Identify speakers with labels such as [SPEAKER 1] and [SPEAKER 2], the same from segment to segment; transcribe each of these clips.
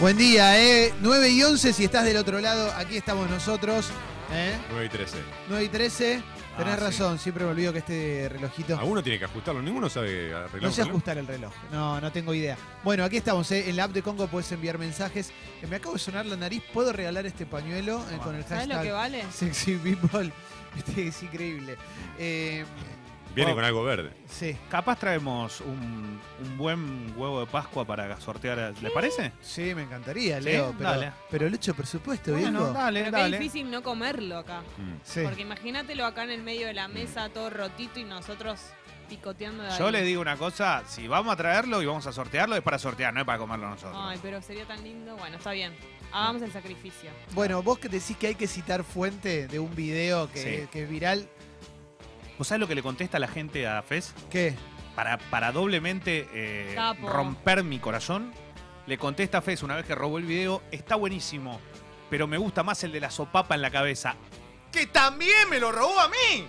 [SPEAKER 1] Buen día, ¿eh? 9 y 11, si estás del otro lado, aquí estamos nosotros. ¿eh?
[SPEAKER 2] 9 y 13.
[SPEAKER 1] 9 y 13, tenés
[SPEAKER 2] Ah, sí.
[SPEAKER 1] razón, siempre me olvido que este relojito...
[SPEAKER 2] A uno tiene que ajustarlo, ninguno sabe arreglar.
[SPEAKER 1] No sé
[SPEAKER 2] un reloj.
[SPEAKER 1] ajustar el reloj, no, no tengo idea. Bueno, aquí estamos, ¿eh? en la app de Congo puedes enviar mensajes. Eh, Me acabo de sonar la nariz, ¿puedo regalar este pañuelo Eh, con el
[SPEAKER 3] ¿Sabes lo que
[SPEAKER 1] hashtag
[SPEAKER 3] vale?
[SPEAKER 1] Sexy People? Este es increíble. Eh,
[SPEAKER 2] Viene
[SPEAKER 4] Oh.
[SPEAKER 2] con algo verde.
[SPEAKER 1] sí,
[SPEAKER 4] Capaz traemos un, un buen huevo de Pascua para sortear. a- ¿Les parece?
[SPEAKER 1] sí, me encantaría,
[SPEAKER 4] Sí,
[SPEAKER 1] Leo, pero,
[SPEAKER 4] dale.
[SPEAKER 1] pero Lucho, presupuesto,
[SPEAKER 4] Bueno,
[SPEAKER 1] viejo.
[SPEAKER 4] dale,
[SPEAKER 3] Pero qué
[SPEAKER 4] dale.
[SPEAKER 3] difícil no comerlo acá.
[SPEAKER 2] Mm.
[SPEAKER 1] Sí.
[SPEAKER 3] Porque imagínatelo acá en el medio de la mesa, todo rotito y nosotros picoteando de
[SPEAKER 4] Yo
[SPEAKER 3] ahí.
[SPEAKER 4] le digo una cosa, si vamos a traerlo y vamos a sortearlo, es para sortear, no es para comerlo nosotros.
[SPEAKER 3] Ay, pero sería tan lindo. Bueno, está bien. Hagamos el sacrificio.
[SPEAKER 1] Bueno, vos que decís que hay que citar fuente de un video que,
[SPEAKER 4] Sí.
[SPEAKER 1] que es viral,
[SPEAKER 4] ¿Vos sabés lo que le contesta la gente a Fez?
[SPEAKER 1] ¿qué?
[SPEAKER 4] Para, para doblemente eh,
[SPEAKER 3] Capo.
[SPEAKER 4] romper mi corazón, le contesta a Fez una vez que robó el video, está buenísimo, pero me gusta más el de la sopapa en la cabeza. ¡Que también me lo robó a mí!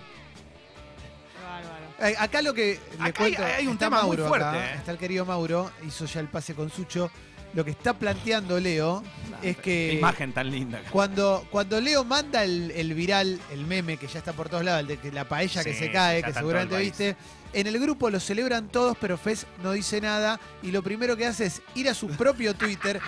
[SPEAKER 3] Qué bárbaro.
[SPEAKER 1] Eh, acá lo que le
[SPEAKER 4] Acá hay-
[SPEAKER 1] cuento.
[SPEAKER 4] hay un
[SPEAKER 1] está
[SPEAKER 4] tema muy
[SPEAKER 1] Mauro
[SPEAKER 4] fuerte,
[SPEAKER 1] acá,
[SPEAKER 4] eh.
[SPEAKER 1] Está el querido Mauro, hizo ya el pase con Sucho. Lo que está planteando Leo es que.
[SPEAKER 4] Qué Ah, imagen tan linda.
[SPEAKER 1] Eh, Cuando, cuando Leo manda el, el viral, el meme que ya está por todos lados, el de que la paella que
[SPEAKER 4] Sí,
[SPEAKER 1] se cae,
[SPEAKER 4] ya
[SPEAKER 1] que
[SPEAKER 4] está en todo el
[SPEAKER 1] seguramente viste, en el grupo lo celebran todos, pero Fez no dice nada y lo primero que hace es ir a su propio Twitter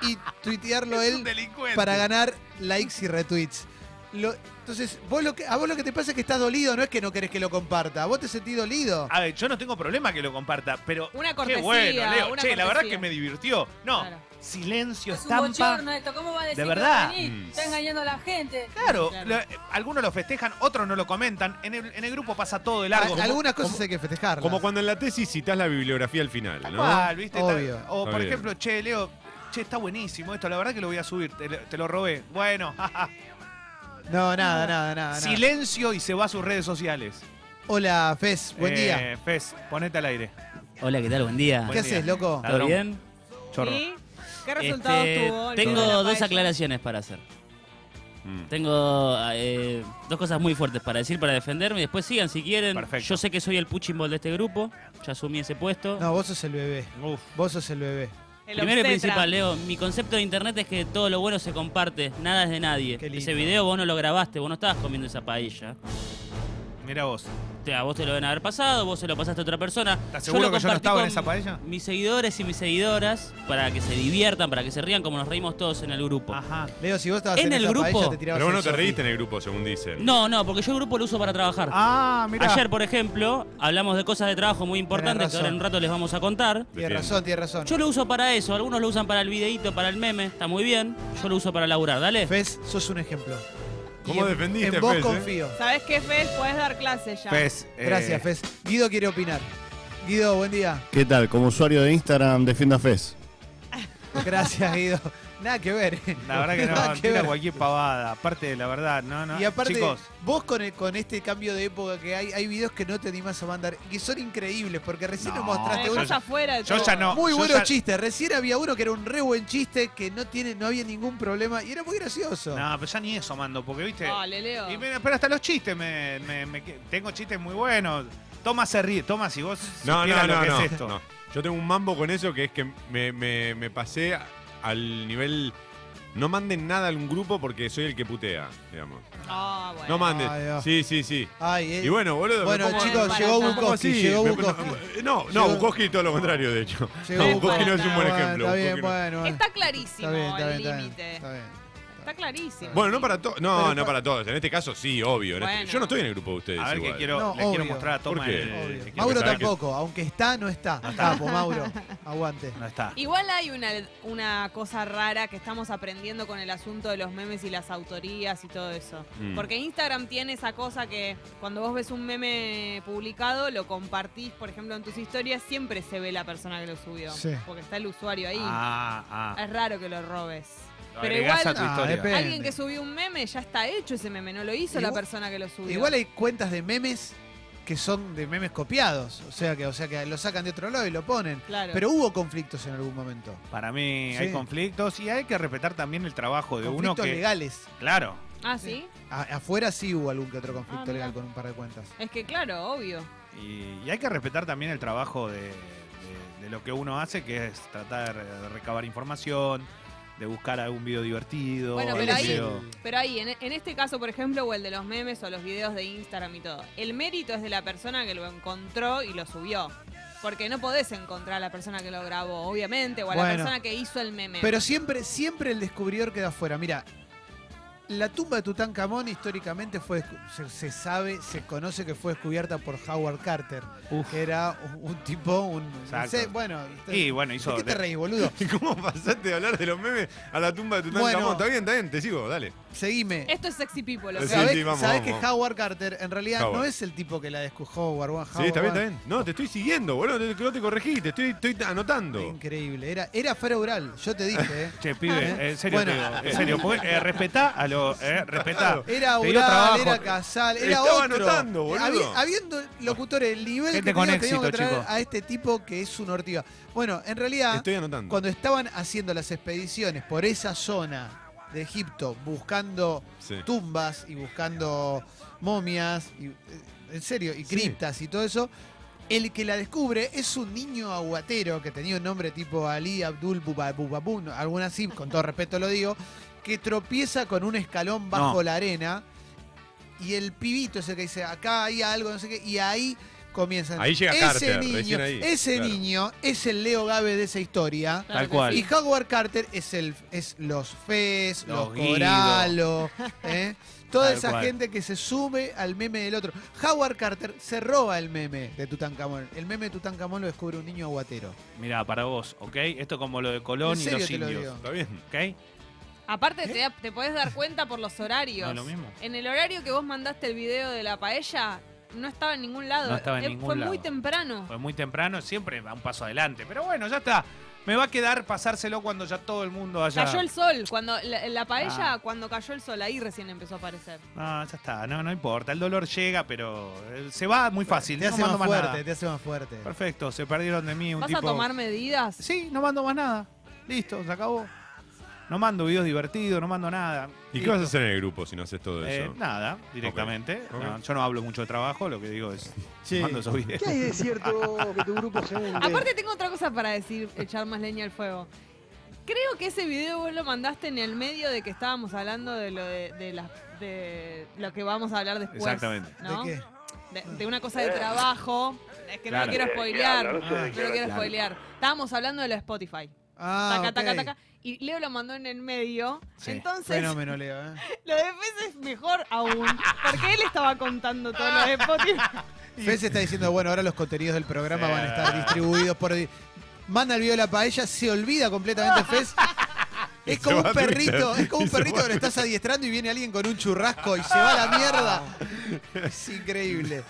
[SPEAKER 1] y tuitearlo él
[SPEAKER 4] delincuente.
[SPEAKER 1] para ganar likes y retweets. Lo- entonces, vos lo que, a vos lo que te pasa es que estás dolido, no es que no querés que lo comparta. Vos te sentís dolido.
[SPEAKER 4] A ver, yo no tengo problema que lo comparta, pero.
[SPEAKER 3] Una
[SPEAKER 4] Qué
[SPEAKER 3] cortesía.
[SPEAKER 4] bueno, Leo.
[SPEAKER 3] una
[SPEAKER 4] che, la verdad
[SPEAKER 3] cortesía.
[SPEAKER 4] que me divirtió. No,
[SPEAKER 3] Claro.
[SPEAKER 4] silencio,
[SPEAKER 5] Es un
[SPEAKER 4] estampa.
[SPEAKER 5] bochorno esto, ¿cómo va a decir
[SPEAKER 4] De
[SPEAKER 5] que
[SPEAKER 4] verdad.
[SPEAKER 5] no venís?
[SPEAKER 2] Mm.
[SPEAKER 5] Está engañando a la gente.
[SPEAKER 4] Claro,
[SPEAKER 3] Claro.
[SPEAKER 4] la- algunos lo festejan, otros no lo comentan. En el, en el grupo pasa todo de largo.
[SPEAKER 1] A- algunas cosas hay que festejar.
[SPEAKER 2] Como cuando en la tesis citas la bibliografía al final,
[SPEAKER 4] Tal
[SPEAKER 2] ¿no?
[SPEAKER 4] cual, ¿viste? Tal-
[SPEAKER 1] Obvio.
[SPEAKER 4] O
[SPEAKER 2] Está
[SPEAKER 4] por
[SPEAKER 2] bien.
[SPEAKER 4] ejemplo, che, Leo, che, está buenísimo esto, la verdad que lo voy a subir, te, lo- te lo robé. Bueno, jaja.
[SPEAKER 1] Ah, No, nada, nada, nada. nada.
[SPEAKER 4] silencio y se va a sus redes sociales.
[SPEAKER 1] Hola, Fez, buen
[SPEAKER 4] Eh,
[SPEAKER 1] día.
[SPEAKER 4] Fez, ponete al aire.
[SPEAKER 6] Hola, ¿qué tal? Buen día.
[SPEAKER 1] ¿Qué
[SPEAKER 4] buen
[SPEAKER 1] haces,
[SPEAKER 4] día.
[SPEAKER 1] loco?
[SPEAKER 6] ¿Todo
[SPEAKER 4] Ladrón.
[SPEAKER 6] bien?
[SPEAKER 4] Chorro.
[SPEAKER 3] ¿Y ¿Qué resultados
[SPEAKER 6] Este,
[SPEAKER 3] tuvo? el
[SPEAKER 6] tengo
[SPEAKER 3] video de la
[SPEAKER 6] dos
[SPEAKER 3] paella?
[SPEAKER 6] aclaraciones para hacer.
[SPEAKER 2] Mm.
[SPEAKER 6] Tengo eh, dos cosas muy fuertes para decir, para defenderme. y Después sigan si quieren.
[SPEAKER 4] Perfecto.
[SPEAKER 6] Yo sé que soy el puchimbol de este grupo. Ya asumí ese puesto.
[SPEAKER 1] No, vos sos el bebé.
[SPEAKER 4] Uf.
[SPEAKER 1] Vos sos el bebé.
[SPEAKER 3] El
[SPEAKER 6] Primero y
[SPEAKER 3] obstetra.
[SPEAKER 6] principal, Leo, mi concepto de internet es que todo lo bueno se comparte, nada es de nadie.
[SPEAKER 1] Qué lindo.
[SPEAKER 6] Ese video vos no lo grabaste, vos no estabas comiendo esa paella.
[SPEAKER 4] Mira vos.
[SPEAKER 6] Te- A vos te lo deben haber pasado, vos se lo pasaste a otra persona.
[SPEAKER 4] ¿Estás
[SPEAKER 6] Yo
[SPEAKER 4] seguro
[SPEAKER 6] lo
[SPEAKER 4] que yo no
[SPEAKER 6] compartí
[SPEAKER 4] estaba en
[SPEAKER 6] con
[SPEAKER 4] esa paella?
[SPEAKER 6] Mis seguidores y mis seguidoras, para que se diviertan, para que se rían, como nos reímos todos en el
[SPEAKER 1] Oh.
[SPEAKER 6] grupo.
[SPEAKER 4] Ajá.
[SPEAKER 1] Leo, si vos estabas en,
[SPEAKER 6] En el
[SPEAKER 1] esa
[SPEAKER 6] grupo.
[SPEAKER 1] paella, te tirabas
[SPEAKER 2] Pero vos
[SPEAKER 1] el
[SPEAKER 2] no te
[SPEAKER 1] sopi.
[SPEAKER 2] reíste en el grupo, según dicen.
[SPEAKER 6] No, no, porque yo el grupo lo uso para trabajar.
[SPEAKER 4] Ah, mira.
[SPEAKER 6] Ayer, por ejemplo, hablamos de cosas de trabajo muy importantes que
[SPEAKER 1] razón.
[SPEAKER 6] ahora en un rato les vamos a contar.
[SPEAKER 1] Tienes razón, tienes razón.
[SPEAKER 6] Yo lo uso para eso, algunos lo usan para el videíto, para el meme, está muy bien. Yo lo uso para laburar, dale.
[SPEAKER 1] Fez, sos un ejemplo.
[SPEAKER 2] ¿Cómo
[SPEAKER 1] en-
[SPEAKER 2] defendiste,
[SPEAKER 1] En vos
[SPEAKER 2] Fez, eh?
[SPEAKER 1] confío.
[SPEAKER 3] ¿Sabes qué, Fez? Puedes dar clases ya.
[SPEAKER 4] Fez. eh,
[SPEAKER 1] Gracias, Fez. Guido quiere opinar. Guido, buen día.
[SPEAKER 7] ¿Qué tal? Como usuario de Instagram, defienda a Fez.
[SPEAKER 1] Gracias, Guido. Nada que ver. eh.
[SPEAKER 4] La verdad que
[SPEAKER 1] Nada
[SPEAKER 4] no,
[SPEAKER 1] que
[SPEAKER 4] tira
[SPEAKER 1] ver.
[SPEAKER 4] cualquier pavada. Aparte, la verdad, no, no.
[SPEAKER 1] Y aparte,
[SPEAKER 4] Chicos,
[SPEAKER 1] vos con, el- con este cambio de época que hay, hay videos que no te animás a mandar, que son increíbles, porque recién
[SPEAKER 4] No,
[SPEAKER 1] nos
[SPEAKER 3] Me
[SPEAKER 1] mostraste
[SPEAKER 4] yo
[SPEAKER 1] uno.
[SPEAKER 3] dejás
[SPEAKER 4] ya-
[SPEAKER 3] afuera de
[SPEAKER 4] yo
[SPEAKER 3] todo.
[SPEAKER 4] ya no.
[SPEAKER 1] Muy
[SPEAKER 4] yo
[SPEAKER 1] buenos
[SPEAKER 4] ya-
[SPEAKER 1] chistes. Recién había uno que era un re buen chiste, que no tiene, no había ningún problema y era muy gracioso.
[SPEAKER 4] no, pero ya ni eso mando, porque viste.
[SPEAKER 3] Dale, Leo.
[SPEAKER 4] Y me- pero hasta los chistes, me, me- me- que- tengo chistes muy buenos. Toma se ríe, toma si vos
[SPEAKER 2] No, no,
[SPEAKER 4] supieras lo
[SPEAKER 2] no,
[SPEAKER 4] que
[SPEAKER 2] no,
[SPEAKER 4] es esto.
[SPEAKER 2] no. Yo tengo un mambo con eso que es que me, me- me pasé a- al nivel. No manden nada a un grupo porque soy el que putea, digamos.
[SPEAKER 3] Ah, bueno.
[SPEAKER 2] No mandes.
[SPEAKER 1] Ay, Dios.
[SPEAKER 2] sí, sí, sí.
[SPEAKER 1] Ay, eh,
[SPEAKER 2] Y bueno, boludo. me
[SPEAKER 1] Bueno,
[SPEAKER 2] pongo-
[SPEAKER 1] chicos,
[SPEAKER 2] me
[SPEAKER 1] llegó
[SPEAKER 2] pongo
[SPEAKER 1] Bukowski,
[SPEAKER 2] así,
[SPEAKER 1] llegó
[SPEAKER 2] me-
[SPEAKER 1] Bukowski.
[SPEAKER 2] No, no,
[SPEAKER 1] Llegó-
[SPEAKER 2] Bukowski todo lo contrario, de hecho.
[SPEAKER 1] Llegó
[SPEAKER 2] no, Bukowski no es un buen
[SPEAKER 1] Ah, Bueno,
[SPEAKER 2] ejemplo.
[SPEAKER 1] Está
[SPEAKER 2] Bukowski
[SPEAKER 1] bien,
[SPEAKER 2] no-
[SPEAKER 1] bueno. bueno.
[SPEAKER 3] Está clarísimo
[SPEAKER 1] Está bien, está bien,
[SPEAKER 3] el
[SPEAKER 1] está bien,
[SPEAKER 3] límite.
[SPEAKER 1] está
[SPEAKER 3] Está,
[SPEAKER 1] bien.
[SPEAKER 3] clarísimo.
[SPEAKER 2] Bueno, no para todos. No,
[SPEAKER 1] Pero
[SPEAKER 2] no
[SPEAKER 1] pa-
[SPEAKER 2] para todos. En este caso sí, obvio. En este-
[SPEAKER 3] Bueno.
[SPEAKER 2] Yo no estoy en el grupo de ustedes.
[SPEAKER 4] A ver,
[SPEAKER 2] igual.
[SPEAKER 4] que quiero,
[SPEAKER 1] No,
[SPEAKER 4] le quiero
[SPEAKER 1] obvio.
[SPEAKER 4] mostrar a Toma
[SPEAKER 2] ¿Por qué?
[SPEAKER 4] el-
[SPEAKER 1] Obvio.
[SPEAKER 4] el que
[SPEAKER 1] Mauro
[SPEAKER 2] pensaba que-
[SPEAKER 1] tampoco, aunque está, no está. Capo, Mauro. Aguante.
[SPEAKER 4] No está.
[SPEAKER 3] Igual hay una, una cosa rara que estamos aprendiendo con el asunto de los memes y las autorías y todo eso.
[SPEAKER 2] Mm.
[SPEAKER 3] Porque Instagram tiene esa cosa que cuando vos ves un meme publicado, lo compartís, por ejemplo, en tus historias, siempre se ve la persona que lo subió.
[SPEAKER 1] Sí.
[SPEAKER 3] Porque está el usuario ahí.
[SPEAKER 4] Ah, ah.
[SPEAKER 3] Es raro que lo robes.
[SPEAKER 4] Lo
[SPEAKER 3] Pero
[SPEAKER 4] agregás
[SPEAKER 3] igual-
[SPEAKER 4] a tu
[SPEAKER 1] Ah,
[SPEAKER 4] historia.
[SPEAKER 1] depende.
[SPEAKER 3] Alguien que subió un meme, ya está hecho ese meme, no lo hizo
[SPEAKER 1] Igual-
[SPEAKER 3] la persona que lo subió.
[SPEAKER 1] Igual hay cuentas de memes que son de memes copiados. O sea que, o sea que lo sacan de otro lado y lo ponen.
[SPEAKER 3] Claro.
[SPEAKER 1] Pero hubo conflictos en algún momento.
[SPEAKER 4] Para mí
[SPEAKER 1] Sí.
[SPEAKER 4] hay conflictos y hay que respetar también el trabajo de uno
[SPEAKER 1] conflictos
[SPEAKER 4] que.
[SPEAKER 1] legales.
[SPEAKER 4] Claro.
[SPEAKER 3] ah, ¿sí?
[SPEAKER 1] A- afuera sí hubo algún que otro conflicto
[SPEAKER 3] Ah,
[SPEAKER 1] legal
[SPEAKER 3] mirá.
[SPEAKER 1] con un par de cuentas.
[SPEAKER 3] Es que claro, obvio.
[SPEAKER 4] Y, y hay que respetar también el trabajo de, de- de lo que uno hace, que es tratar de recabar información, de buscar algún video divertido.
[SPEAKER 3] Bueno,
[SPEAKER 4] algún
[SPEAKER 3] pero ahí-
[SPEAKER 4] video-
[SPEAKER 3] Pero ahí, en, en este caso, por ejemplo, o el de los memes o los videos de Instagram y todo, el mérito es de la persona que lo encontró y lo subió. Porque no podés encontrar a la persona que lo grabó, obviamente, o a la
[SPEAKER 1] Bueno.
[SPEAKER 3] persona que hizo el meme.
[SPEAKER 1] Pero siempre, siempre el descubridor queda afuera. Mira, la tumba de Tutankamón históricamente fue descu- se, se sabe, se conoce que fue descubierta por Howard Carter,
[SPEAKER 4] Uf.
[SPEAKER 1] que era un, un tipo, un no
[SPEAKER 4] Exacto.
[SPEAKER 1] sé, bueno, este,
[SPEAKER 4] Y bueno,
[SPEAKER 1] ¿de
[SPEAKER 4] hizo.
[SPEAKER 1] qué te
[SPEAKER 4] de-
[SPEAKER 1] reís, boludo?
[SPEAKER 2] ¿Y cómo pasaste de hablar de los memes a la tumba de Tutankamón?
[SPEAKER 1] Bueno.
[SPEAKER 2] Está bien, está bien, te sigo, dale.
[SPEAKER 1] Seguime.
[SPEAKER 3] Esto Este es sexy people. lo
[SPEAKER 2] Sí,
[SPEAKER 3] que-
[SPEAKER 1] Sabés,
[SPEAKER 2] sí, vamos,
[SPEAKER 1] sabés
[SPEAKER 2] vamos,
[SPEAKER 1] que
[SPEAKER 2] vamos.
[SPEAKER 1] Howard Carter en realidad no
[SPEAKER 2] Howard.
[SPEAKER 1] es el tipo que la descubrió Howard, bueno,
[SPEAKER 2] sí,
[SPEAKER 1] Howard,
[SPEAKER 2] está bien, está
[SPEAKER 1] bueno,
[SPEAKER 2] bien. No, te estoy siguiendo, boludo, te- no te corregí, te estoy, estoy anotando.
[SPEAKER 1] Increíble, era, era Faro Ural, yo te dije, eh.
[SPEAKER 4] Che, pibe, en serio,
[SPEAKER 1] Bueno.
[SPEAKER 4] te digo, en serio. porque, eh, respetá a los. Eh, respetá.
[SPEAKER 1] Era
[SPEAKER 4] Te dio
[SPEAKER 1] Ural,
[SPEAKER 4] trabajo.
[SPEAKER 1] era Casal, era
[SPEAKER 2] Estaba
[SPEAKER 1] otro.
[SPEAKER 2] anotando, boludo.
[SPEAKER 1] Habi- habiendo locutores del nivel
[SPEAKER 4] Gente
[SPEAKER 1] que
[SPEAKER 4] con
[SPEAKER 1] teníamos, teníamos
[SPEAKER 4] éxito,
[SPEAKER 1] que traer
[SPEAKER 4] chicos.
[SPEAKER 1] a este tipo que es un ortiga. Bueno, en realidad,
[SPEAKER 2] Estoy anotando.
[SPEAKER 1] cuando estaban haciendo las expediciones por esa zona de Egipto, buscando
[SPEAKER 2] Sí.
[SPEAKER 1] tumbas y buscando momias, y, eh, en serio, y
[SPEAKER 2] Sí.
[SPEAKER 1] criptas y todo eso, el que la descubre es un niño aguatero que tenía un nombre tipo Ali Abdul Buba- Bubabun, alguna así, con todo respeto lo digo, que tropieza con un escalón bajo
[SPEAKER 4] No.
[SPEAKER 1] la arena y el pibito es el que dice, acá hay algo, no sé qué, y ahí comienzan.
[SPEAKER 2] Ahí llega
[SPEAKER 1] ese
[SPEAKER 2] Carter,
[SPEAKER 1] niño,
[SPEAKER 2] recién ahí,
[SPEAKER 1] Ese
[SPEAKER 2] claro.
[SPEAKER 1] niño es el Leo Gabe de esa historia.
[SPEAKER 3] Claro
[SPEAKER 4] Tal
[SPEAKER 3] que
[SPEAKER 4] cual.
[SPEAKER 1] Y Howard Carter es el es los Fes, los,
[SPEAKER 4] Los Guido.
[SPEAKER 1] Coralo, ¿eh? toda
[SPEAKER 4] Tal
[SPEAKER 1] esa
[SPEAKER 4] cual.
[SPEAKER 1] gente que se sube al meme del otro. Howard Carter se roba el meme de Tutankamón. El meme de Tutankamón lo descubre un niño aguatero.
[SPEAKER 4] Mirá, para vos, ¿ok? Esto como lo de Colón
[SPEAKER 1] En
[SPEAKER 4] y
[SPEAKER 1] serio
[SPEAKER 4] los
[SPEAKER 1] te lo
[SPEAKER 4] indios.
[SPEAKER 2] Está bien.
[SPEAKER 4] ¿Ok?
[SPEAKER 3] Aparte, te, da- te podés dar cuenta por los horarios.
[SPEAKER 4] No, lo mismo.
[SPEAKER 3] En el horario que vos mandaste el video de la paella, no estaba en ningún lado.
[SPEAKER 4] No estaba en
[SPEAKER 3] Eh,
[SPEAKER 4] ningún
[SPEAKER 3] Fue
[SPEAKER 4] lado.
[SPEAKER 3] muy temprano.
[SPEAKER 4] Fue Pues muy temprano, siempre va un paso adelante. Pero bueno, ya está. Me va a quedar pasárselo cuando ya todo el mundo haya.
[SPEAKER 3] Cayó el sol. cuando La, la paella,
[SPEAKER 4] Ah.
[SPEAKER 3] cuando cayó el sol, ahí recién empezó a aparecer.
[SPEAKER 4] No, ya está, no, no importa. El dolor llega, pero eh, se va muy fácil.
[SPEAKER 1] Te
[SPEAKER 4] no
[SPEAKER 1] hace
[SPEAKER 4] mando
[SPEAKER 1] más
[SPEAKER 4] más
[SPEAKER 1] fuerte,
[SPEAKER 4] nada.
[SPEAKER 1] te hace más fuerte.
[SPEAKER 4] Perfecto, se perdieron de mí un
[SPEAKER 3] ¿Vas
[SPEAKER 4] tipo.
[SPEAKER 3] a tomar medidas?
[SPEAKER 4] Sí, no mando más nada. Listo, se acabó. No mando videos divertidos, no mando nada.
[SPEAKER 2] ¿Y qué
[SPEAKER 4] Listo.
[SPEAKER 2] vas a hacer en el grupo si no haces todo
[SPEAKER 4] Eh,
[SPEAKER 2] eso?
[SPEAKER 4] nada, directamente.
[SPEAKER 2] Ok.
[SPEAKER 4] No, yo no hablo mucho de trabajo, lo que digo es mando esos videos.
[SPEAKER 8] ¿Qué hay de cierto que tu grupo se hunde?
[SPEAKER 3] Aparte tengo otra cosa para decir, echar más leña al fuego. Creo que ese video vos lo mandaste en el medio de que estábamos hablando de lo de, de las- de lo que vamos a hablar después.
[SPEAKER 4] Exactamente.
[SPEAKER 3] ¿no?
[SPEAKER 1] ¿De qué?
[SPEAKER 3] De, de una cosa de trabajo. Es que
[SPEAKER 4] Claro.
[SPEAKER 3] no lo quiero spoilear.
[SPEAKER 8] Claro,
[SPEAKER 3] No
[SPEAKER 8] no sé de
[SPEAKER 3] lo
[SPEAKER 8] qué
[SPEAKER 3] quiero
[SPEAKER 8] hablas.
[SPEAKER 3] spoilear. Estábamos hablando de lo de Spotify.
[SPEAKER 1] Ah,
[SPEAKER 3] Taca, taca,
[SPEAKER 1] ok.
[SPEAKER 3] taca. Y Leo lo mandó en el medio.
[SPEAKER 4] Sí.
[SPEAKER 3] Entonces,
[SPEAKER 1] Fenómeno, Leo. ¿eh?
[SPEAKER 3] lo de Fez es mejor aún. Porque él estaba contando todo lo de Spotify.
[SPEAKER 1] Fez está diciendo, bueno, ahora los contenidos del programa
[SPEAKER 4] Sí.
[SPEAKER 1] van a estar distribuidos por... di- Manda el video de la paella, se olvida completamente Fez. Es
[SPEAKER 2] se
[SPEAKER 1] como
[SPEAKER 2] va
[SPEAKER 1] un
[SPEAKER 2] a Twitter.
[SPEAKER 1] perrito, es como
[SPEAKER 2] Y
[SPEAKER 1] un
[SPEAKER 2] se
[SPEAKER 1] perrito
[SPEAKER 2] va a
[SPEAKER 1] que lo estás adiestrando y viene alguien con un churrasco y se va a la mierda. Es increíble.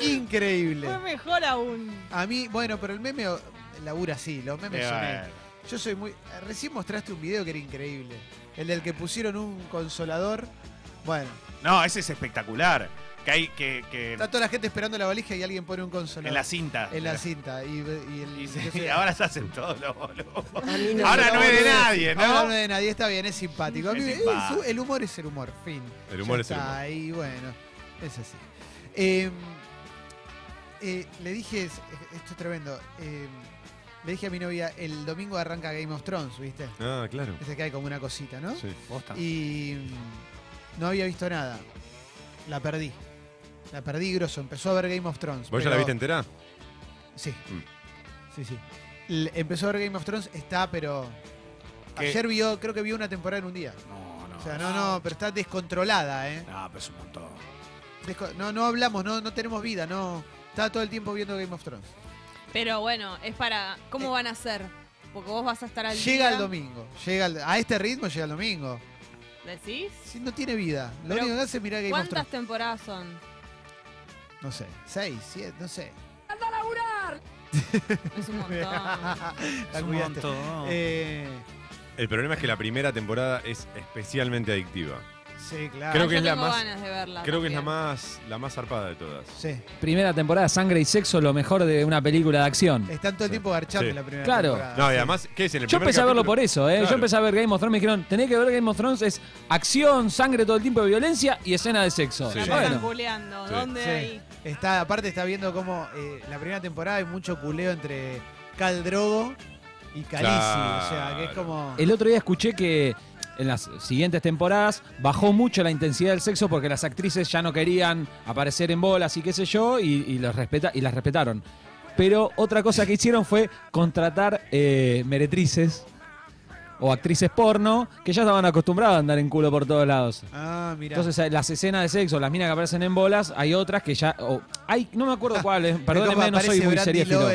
[SPEAKER 1] Increíble.
[SPEAKER 3] Fue mejor aún.
[SPEAKER 1] A mí, bueno, pero el meme o- labura así, los memes
[SPEAKER 4] Eh,
[SPEAKER 1] son...
[SPEAKER 4] bueno.
[SPEAKER 1] Yo soy muy. Recién mostraste un video que era increíble. El del que pusieron un consolador. Bueno,
[SPEAKER 4] No, ese es espectacular. Que hay que, que
[SPEAKER 1] está toda la gente esperando la valija y alguien pone un consolador.
[SPEAKER 4] en la cinta.
[SPEAKER 1] En la cinta. Y, y el,
[SPEAKER 4] Y
[SPEAKER 1] yo
[SPEAKER 4] se-
[SPEAKER 1] sé,
[SPEAKER 4] ahora se hacen todos los boludos.
[SPEAKER 8] A mí no
[SPEAKER 4] Ahora
[SPEAKER 8] me
[SPEAKER 4] no es de
[SPEAKER 8] da
[SPEAKER 4] nadie, ¿no?
[SPEAKER 1] ahora no es de nadie, está bien, es simpático. A
[SPEAKER 4] Es
[SPEAKER 1] mí, eh,
[SPEAKER 4] simpático.
[SPEAKER 1] su- el humor es el humor, fin.
[SPEAKER 2] El humor
[SPEAKER 1] Ya
[SPEAKER 2] es el
[SPEAKER 1] está,
[SPEAKER 2] humor.
[SPEAKER 1] Y bueno, es así. Eh, eh, le dije, es- esto es tremendo. eh, le dije a mi novia, el domingo arranca Game of Thrones, ¿viste?
[SPEAKER 2] Ah, claro.
[SPEAKER 1] Dice que hay como una cosita, ¿no?
[SPEAKER 2] Sí.
[SPEAKER 1] Y mm, no había visto nada. La perdí. La perdí grosso. Empezó a ver Game of Thrones.
[SPEAKER 2] ¿Vos
[SPEAKER 1] pero-
[SPEAKER 2] ya la viste entera?
[SPEAKER 1] Sí.
[SPEAKER 2] Mm.
[SPEAKER 1] Sí, sí. L- empezó a ver Game of Thrones, está, pero.
[SPEAKER 4] ¿Qué?
[SPEAKER 1] Ayer vio, creo que vio una temporada en un día.
[SPEAKER 4] No, no.
[SPEAKER 1] O sea, no, no, pero está descontrolada, ¿eh?
[SPEAKER 4] No, pero es un montón.
[SPEAKER 1] Desco- no, no hablamos, no, no tenemos vida, no. Está todo el tiempo viendo Game of Thrones.
[SPEAKER 3] Pero bueno, es para. ¿Cómo van a hacer? Porque vos vas a estar al
[SPEAKER 1] Llega
[SPEAKER 3] día.
[SPEAKER 1] el domingo. Llega al- a este ritmo llega el domingo.
[SPEAKER 3] ¿Decís?
[SPEAKER 1] Si no tiene vida. Lo
[SPEAKER 3] Pero,
[SPEAKER 1] único que hace es mirar Game of
[SPEAKER 3] ¿Cuántas
[SPEAKER 1] Thrones.
[SPEAKER 3] temporadas son?
[SPEAKER 1] No sé. Seis, siete, no sé.
[SPEAKER 3] Es un montón. Ah,
[SPEAKER 1] La
[SPEAKER 4] Es un
[SPEAKER 1] cuidaste.
[SPEAKER 4] montón.
[SPEAKER 1] Eh,
[SPEAKER 2] El problema es que la primera temporada es especialmente adictiva.
[SPEAKER 1] sí, claro.
[SPEAKER 2] Creo
[SPEAKER 3] Ah,
[SPEAKER 2] que
[SPEAKER 3] yo
[SPEAKER 2] es la
[SPEAKER 3] tengo
[SPEAKER 2] más-
[SPEAKER 3] ganas de verla.
[SPEAKER 2] Creo que es la
[SPEAKER 3] Ah, también.
[SPEAKER 2] más, la más zarpada de todas.
[SPEAKER 1] Sí.
[SPEAKER 9] Primera temporada, sangre y sexo, lo mejor de una película de acción.
[SPEAKER 1] Están todo el tiempo garchando
[SPEAKER 2] Sí.
[SPEAKER 1] en la primera
[SPEAKER 9] Claro.
[SPEAKER 1] temporada.
[SPEAKER 2] No, y
[SPEAKER 1] Sí.
[SPEAKER 2] además, ¿qué es? En el
[SPEAKER 9] Yo
[SPEAKER 2] primer
[SPEAKER 9] empecé a verlo
[SPEAKER 2] capítulo-
[SPEAKER 9] por eso, ¿eh?
[SPEAKER 2] Claro.
[SPEAKER 9] Yo empecé a ver Game of Thrones, me dijeron, tenés que ver Game of Thrones, es acción, sangre todo el tiempo, violencia y escena de sexo. Ah,
[SPEAKER 2] Sí.
[SPEAKER 3] La pasan
[SPEAKER 9] Bueno,
[SPEAKER 3] googleando.
[SPEAKER 2] Sí.
[SPEAKER 3] ¿Dónde
[SPEAKER 1] Sí.
[SPEAKER 3] hay?
[SPEAKER 1] Está, aparte está viendo cómo eh, la primera temporada hay mucho culeo entre Cal Drogo y Calisi. O sea, que es
[SPEAKER 2] Claro.
[SPEAKER 1] como.
[SPEAKER 9] El otro día escuché que en las siguientes temporadas bajó mucho la intensidad del sexo porque las actrices ya no querían aparecer en bolas y qué sé yo, y, y los respeta, y las respetaron. Pero otra cosa que hicieron fue contratar eh, meretrices o actrices porno que ya estaban acostumbradas a andar en culo por todos lados.
[SPEAKER 1] Ah, mira.
[SPEAKER 9] Entonces eh, las escenas de sexo, las minas que aparecen en bolas, hay otras que ya... o- hay, no me acuerdo cuáles, perdónenme, no soy muy seriéfilo.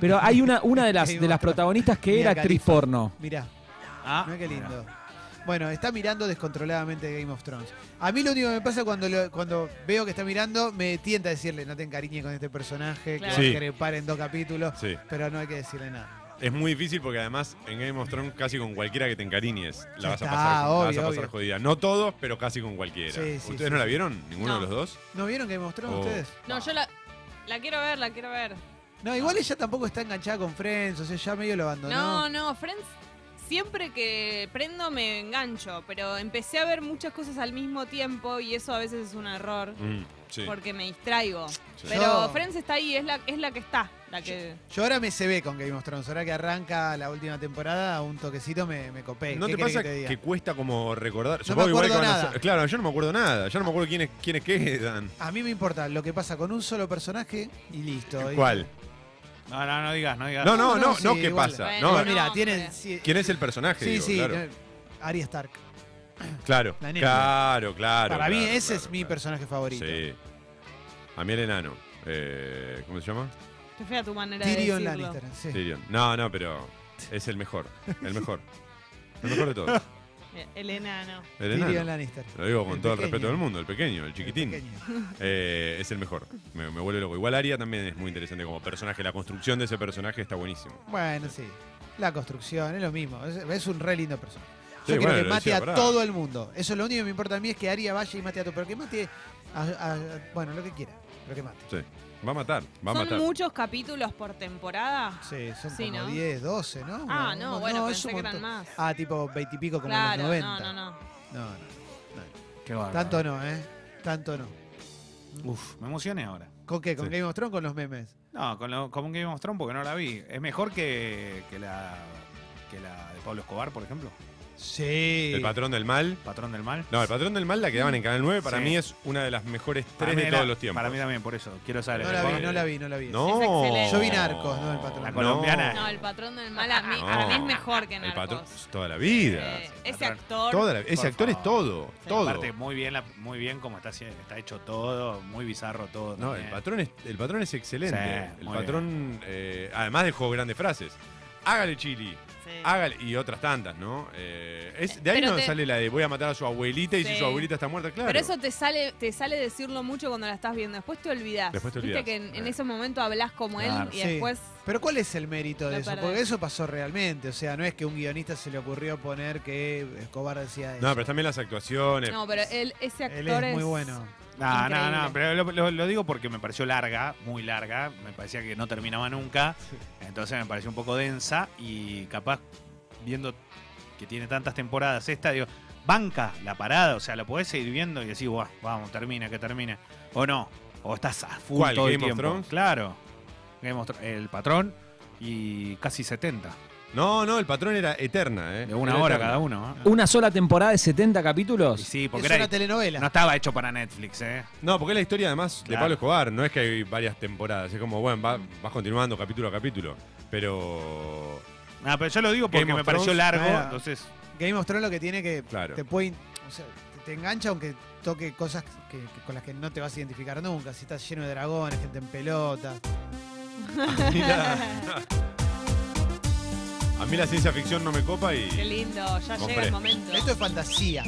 [SPEAKER 9] Pero hay una, una de las,
[SPEAKER 1] Hay
[SPEAKER 9] de las
[SPEAKER 1] otra.
[SPEAKER 9] protagonistas que
[SPEAKER 1] Mia
[SPEAKER 9] era actriz
[SPEAKER 1] Khalifa.
[SPEAKER 9] porno.
[SPEAKER 1] Mirá,
[SPEAKER 4] Ah,
[SPEAKER 1] mirá qué lindo. Bueno, está mirando descontroladamente Game of Thrones. A mí lo único que me pasa cuando, lo- cuando veo que está mirando, me tienta a decirle, no te encariñes con este personaje,
[SPEAKER 3] Claro.
[SPEAKER 1] que va
[SPEAKER 2] Sí.
[SPEAKER 1] a crepar en dos capítulos,
[SPEAKER 2] Sí.
[SPEAKER 1] pero no hay que decirle nada.
[SPEAKER 2] Es muy difícil porque además en Game of Thrones casi con cualquiera que te encariñes la vas a
[SPEAKER 1] Está,
[SPEAKER 2] pasar, la vas a
[SPEAKER 1] obvio,
[SPEAKER 2] pasar
[SPEAKER 1] obvio.
[SPEAKER 2] jodida. No todos, pero casi con cualquiera.
[SPEAKER 1] Sí, sí,
[SPEAKER 2] ¿Ustedes
[SPEAKER 1] sí,
[SPEAKER 2] no la
[SPEAKER 1] sí.
[SPEAKER 2] vieron? ¿Ninguno
[SPEAKER 3] No.
[SPEAKER 2] de los dos?
[SPEAKER 1] ¿No vieron Game of Thrones
[SPEAKER 2] Oh.
[SPEAKER 1] ustedes?
[SPEAKER 3] No, yo la, la quiero ver, la quiero ver.
[SPEAKER 1] No, igual ella tampoco está enganchada con Friends, o sea, ya medio lo abandonó.
[SPEAKER 3] No, no, Friends. Siempre que prendo me engancho, pero empecé a ver muchas cosas al mismo tiempo y eso a veces es un error
[SPEAKER 2] Mm, sí.
[SPEAKER 3] porque me distraigo.
[SPEAKER 2] sí.
[SPEAKER 3] Pero
[SPEAKER 1] Yo-
[SPEAKER 3] Friends está ahí, es la, es la que está, la que.
[SPEAKER 1] Yo ahora me se ve con Game of Thrones, ahora que arranca la última temporada, un toquecito me, me copé.
[SPEAKER 2] ¿No
[SPEAKER 1] ¿Qué
[SPEAKER 2] te
[SPEAKER 1] querés
[SPEAKER 2] pasa
[SPEAKER 1] que te
[SPEAKER 2] que,
[SPEAKER 1] diga?
[SPEAKER 2] cuesta como recordar?
[SPEAKER 1] me
[SPEAKER 2] Supongo igual
[SPEAKER 1] acuerdo
[SPEAKER 2] que van a
[SPEAKER 1] nada.
[SPEAKER 2] ser- Claro, yo no me acuerdo nada. Yo no me acuerdo quiénes, quiénes quedan.
[SPEAKER 1] A mí me importa lo que pasa con un solo personaje y listo. Y-
[SPEAKER 2] ¿Cuál?
[SPEAKER 4] No, no, no digas, no digas.
[SPEAKER 2] No, no,
[SPEAKER 1] No,
[SPEAKER 2] no,
[SPEAKER 1] no,
[SPEAKER 2] no,
[SPEAKER 1] sí,
[SPEAKER 2] ¿qué
[SPEAKER 1] igual.
[SPEAKER 2] pasa?
[SPEAKER 3] Bueno,
[SPEAKER 2] No,
[SPEAKER 1] Igual, mira,
[SPEAKER 3] no,
[SPEAKER 1] tienen.
[SPEAKER 3] pero-
[SPEAKER 1] Sí,
[SPEAKER 2] ¿Quién es el personaje?
[SPEAKER 1] sí,
[SPEAKER 2] Digo,
[SPEAKER 1] sí,
[SPEAKER 2] claro.
[SPEAKER 1] eh, Arya Stark.
[SPEAKER 2] Claro,
[SPEAKER 1] La nena.
[SPEAKER 2] claro, claro.
[SPEAKER 1] Para mí
[SPEAKER 2] claro,
[SPEAKER 1] ese
[SPEAKER 2] claro,
[SPEAKER 1] es mi
[SPEAKER 2] claro.
[SPEAKER 1] personaje favorito.
[SPEAKER 2] Sí. A mí el enano. Eh, ¿Cómo se llama?
[SPEAKER 3] Qué fea tu manera
[SPEAKER 1] Tyrion
[SPEAKER 3] de decirlo.
[SPEAKER 1] Lannister. Sí.
[SPEAKER 2] Tyrion. No, no, pero es el mejor. El mejor. El mejor de todos.
[SPEAKER 3] Eh, Elena, no.
[SPEAKER 2] El
[SPEAKER 1] Tyrion
[SPEAKER 2] enano.
[SPEAKER 1] Lannister.
[SPEAKER 2] Lo digo con
[SPEAKER 1] El
[SPEAKER 2] todo el
[SPEAKER 1] pequeño.
[SPEAKER 2] respeto del mundo, el pequeño, el
[SPEAKER 1] El
[SPEAKER 2] chiquitín.
[SPEAKER 1] pequeño.
[SPEAKER 2] Eh, es el mejor. Me, me vuelve loco. Igual Aria también es muy interesante como personaje. La construcción de ese personaje está buenísimo.
[SPEAKER 1] Bueno, sí. La construcción, es lo mismo. Es, es un re lindo personaje.
[SPEAKER 2] Sí,
[SPEAKER 1] Yo quiero
[SPEAKER 2] bueno,
[SPEAKER 1] que
[SPEAKER 2] lo
[SPEAKER 1] mate
[SPEAKER 2] decía
[SPEAKER 1] a
[SPEAKER 2] Brad.
[SPEAKER 1] todo el mundo. Eso es lo único que me importa a mí es que Aria vaya y mate a todo. Pero que mate a, a- a- bueno, lo que quiera. Pero que mate.
[SPEAKER 2] Sí. Va a matar, va a
[SPEAKER 3] ¿Son
[SPEAKER 2] matar.
[SPEAKER 3] muchos capítulos por temporada?
[SPEAKER 1] Sí, son
[SPEAKER 3] Sí,
[SPEAKER 1] como
[SPEAKER 3] ¿no?
[SPEAKER 1] 10, 12, ¿no?
[SPEAKER 3] Ah,
[SPEAKER 1] Bueno,
[SPEAKER 3] no,
[SPEAKER 1] un-
[SPEAKER 3] bueno,
[SPEAKER 1] es
[SPEAKER 3] pensé
[SPEAKER 1] un
[SPEAKER 3] que eran
[SPEAKER 1] montón.
[SPEAKER 3] más.
[SPEAKER 1] Ah, tipo 20 y pico como
[SPEAKER 3] claro,
[SPEAKER 1] los 90.
[SPEAKER 3] no, no, no.
[SPEAKER 1] No,
[SPEAKER 2] Ah,
[SPEAKER 1] no.
[SPEAKER 4] Qué bárbaro.
[SPEAKER 1] Tanto no, ¿eh? Tanto no.
[SPEAKER 4] Uf, me emocioné ahora.
[SPEAKER 1] ¿Con qué? ¿Con
[SPEAKER 2] Sí.
[SPEAKER 1] Game of Thrones o con los memes?
[SPEAKER 4] No, con, lo, con un Game of Thrones porque no la vi. ¿Es mejor que, que la que la de Pablo Escobar, por ejemplo?
[SPEAKER 1] Sí.
[SPEAKER 2] El patrón del mal.
[SPEAKER 4] Patrón del Mal.
[SPEAKER 2] No, el patrón del mal la que daban en Canal 9 para
[SPEAKER 4] Sí.
[SPEAKER 2] mí es una de las mejores
[SPEAKER 4] Para
[SPEAKER 2] tres
[SPEAKER 4] mí
[SPEAKER 2] de
[SPEAKER 4] la-
[SPEAKER 2] todos los tiempos.
[SPEAKER 4] Para mí también, por eso. Quiero saber.
[SPEAKER 1] No
[SPEAKER 4] el
[SPEAKER 1] la
[SPEAKER 4] mejor.
[SPEAKER 1] vi, no la vi, no la vi.
[SPEAKER 2] eh, No.
[SPEAKER 3] Es excelente.
[SPEAKER 1] Yo vi Narcos, no, el patrón.
[SPEAKER 4] La
[SPEAKER 2] No.
[SPEAKER 4] colombiana.
[SPEAKER 3] No, el patrón del mal a mí, para mí es mejor que
[SPEAKER 2] El patrón,
[SPEAKER 3] Narcos.
[SPEAKER 2] toda la vida.
[SPEAKER 3] Eh,
[SPEAKER 4] sí,
[SPEAKER 3] ese
[SPEAKER 4] patrón.
[SPEAKER 3] actor.
[SPEAKER 2] Toda la- ese
[SPEAKER 4] Por
[SPEAKER 2] actor es
[SPEAKER 4] favor.
[SPEAKER 2] todo.
[SPEAKER 3] Sí.
[SPEAKER 2] Todo.
[SPEAKER 4] Aparte, muy bien, la- muy bien como está, haci- está hecho todo, muy bizarro todo.
[SPEAKER 2] No, el
[SPEAKER 4] también.
[SPEAKER 2] patrón es, el patrón es excelente.
[SPEAKER 4] Sí,
[SPEAKER 2] el
[SPEAKER 4] muy
[SPEAKER 2] patrón, eh, además dejó grandes frases. Hágale chili,
[SPEAKER 3] Sí.
[SPEAKER 2] hágale, y otras tantas, ¿no? Eh, es, de ahí
[SPEAKER 3] Pero
[SPEAKER 2] no
[SPEAKER 3] te-
[SPEAKER 2] sale la de voy a matar a su abuelita y si
[SPEAKER 3] Sí.
[SPEAKER 2] su abuelita está muerta, claro.
[SPEAKER 3] Pero eso te sale, te sale decirlo mucho cuando la estás viendo. Después te olvidás.
[SPEAKER 2] Después te
[SPEAKER 3] Viste
[SPEAKER 2] olvidás.
[SPEAKER 3] que en, en
[SPEAKER 2] Eh.
[SPEAKER 3] ese momento hablas como
[SPEAKER 4] Claro.
[SPEAKER 3] él y
[SPEAKER 1] Sí.
[SPEAKER 3] después.
[SPEAKER 1] Pero ¿cuál es el mérito de
[SPEAKER 3] Lo
[SPEAKER 1] eso?
[SPEAKER 3] perdés.
[SPEAKER 1] Porque eso pasó realmente. O sea, no es que un guionista se le ocurrió poner que Escobar decía eso.
[SPEAKER 2] no, pero también las actuaciones.
[SPEAKER 3] No, pero él, ese
[SPEAKER 1] Él
[SPEAKER 3] actor
[SPEAKER 1] es muy bueno.
[SPEAKER 4] No, no,
[SPEAKER 3] Increíble.
[SPEAKER 4] no, pero lo, lo- lo digo porque me pareció larga, muy larga, me parecía que no terminaba nunca, entonces me pareció un poco densa y capaz viendo que tiene tantas temporadas esta, digo, banca la parada, o sea, la podés seguir viendo y decís, "Buah, vamos, termina, que termine, o no, o estás a full
[SPEAKER 2] ¿Cuál,
[SPEAKER 4] todo el
[SPEAKER 2] Game of
[SPEAKER 4] tiempo.
[SPEAKER 2] Thrones?
[SPEAKER 4] Claro, Game of Thrones, el patrón y casi 70,
[SPEAKER 2] No, no, el patrón era eterna, ¿eh?
[SPEAKER 4] de una
[SPEAKER 2] Era
[SPEAKER 4] hora
[SPEAKER 2] eterna.
[SPEAKER 4] cada uno.
[SPEAKER 1] Ah.
[SPEAKER 4] ¿eh?
[SPEAKER 9] Una sola temporada de 70 capítulos.
[SPEAKER 4] Y sí, porque
[SPEAKER 1] Uh, es
[SPEAKER 4] era-
[SPEAKER 1] una telenovela.
[SPEAKER 4] no estaba hecho para Netflix, ¿eh?
[SPEAKER 2] No, porque es la historia además de
[SPEAKER 4] Claro.
[SPEAKER 2] Pablo Escobar, no es que hay varias temporadas, es como, bueno,
[SPEAKER 3] Mm.
[SPEAKER 2] va- vas continuando capítulo a capítulo, pero...
[SPEAKER 4] No, Ah, pero yo lo digo
[SPEAKER 2] Game
[SPEAKER 4] porque
[SPEAKER 2] of
[SPEAKER 4] me pareció
[SPEAKER 2] Thrones,
[SPEAKER 4] largo,
[SPEAKER 1] ah,
[SPEAKER 4] entonces...
[SPEAKER 1] Game of Thrones lo que tiene que
[SPEAKER 2] Claro.
[SPEAKER 1] te puede, in- o sea, te, te engancha aunque toque cosas que- que- con las que no te vas a identificar nunca. Si estás lleno de dragones, gente en pelota.
[SPEAKER 2] A mí la ciencia ficción no me copa y...
[SPEAKER 3] Qué lindo, ya
[SPEAKER 2] Compré.
[SPEAKER 3] llega el momento.
[SPEAKER 1] Esto es fantasía.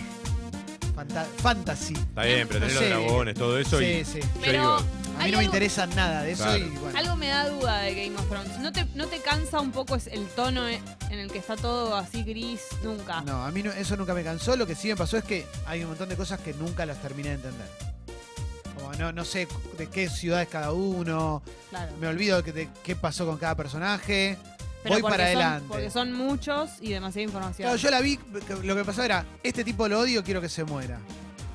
[SPEAKER 1] Fanta- fantasy.
[SPEAKER 2] Está bien, pero
[SPEAKER 1] No
[SPEAKER 2] tenés
[SPEAKER 1] sé.
[SPEAKER 2] los dragones, todo eso
[SPEAKER 1] Sí,
[SPEAKER 2] y...
[SPEAKER 1] sí.
[SPEAKER 2] yo
[SPEAKER 3] Pero
[SPEAKER 1] A
[SPEAKER 2] digo,
[SPEAKER 3] hay
[SPEAKER 1] mí no me
[SPEAKER 3] algo-
[SPEAKER 1] interesa nada de eso
[SPEAKER 2] Claro.
[SPEAKER 1] y bueno.
[SPEAKER 3] Algo me da duda de Game of Thrones. ¿No te, no te cansa un poco es el tono eh, en el que está todo así gris nunca?
[SPEAKER 1] No, a mí no- eso nunca me cansó. Lo que sí me pasó es que hay un montón de cosas que nunca las terminé de entender. Como no, no sé cu- de qué ciudad es cada uno,
[SPEAKER 3] Claro.
[SPEAKER 1] me olvido de, de qué pasó con cada personaje.
[SPEAKER 3] Pero
[SPEAKER 1] voy
[SPEAKER 3] porque
[SPEAKER 1] para
[SPEAKER 3] son-
[SPEAKER 1] adelante.
[SPEAKER 3] Porque son muchos y demasiada información.
[SPEAKER 1] Claro, yo la vi, lo que pasó era, este tipo lo odio, quiero que se muera.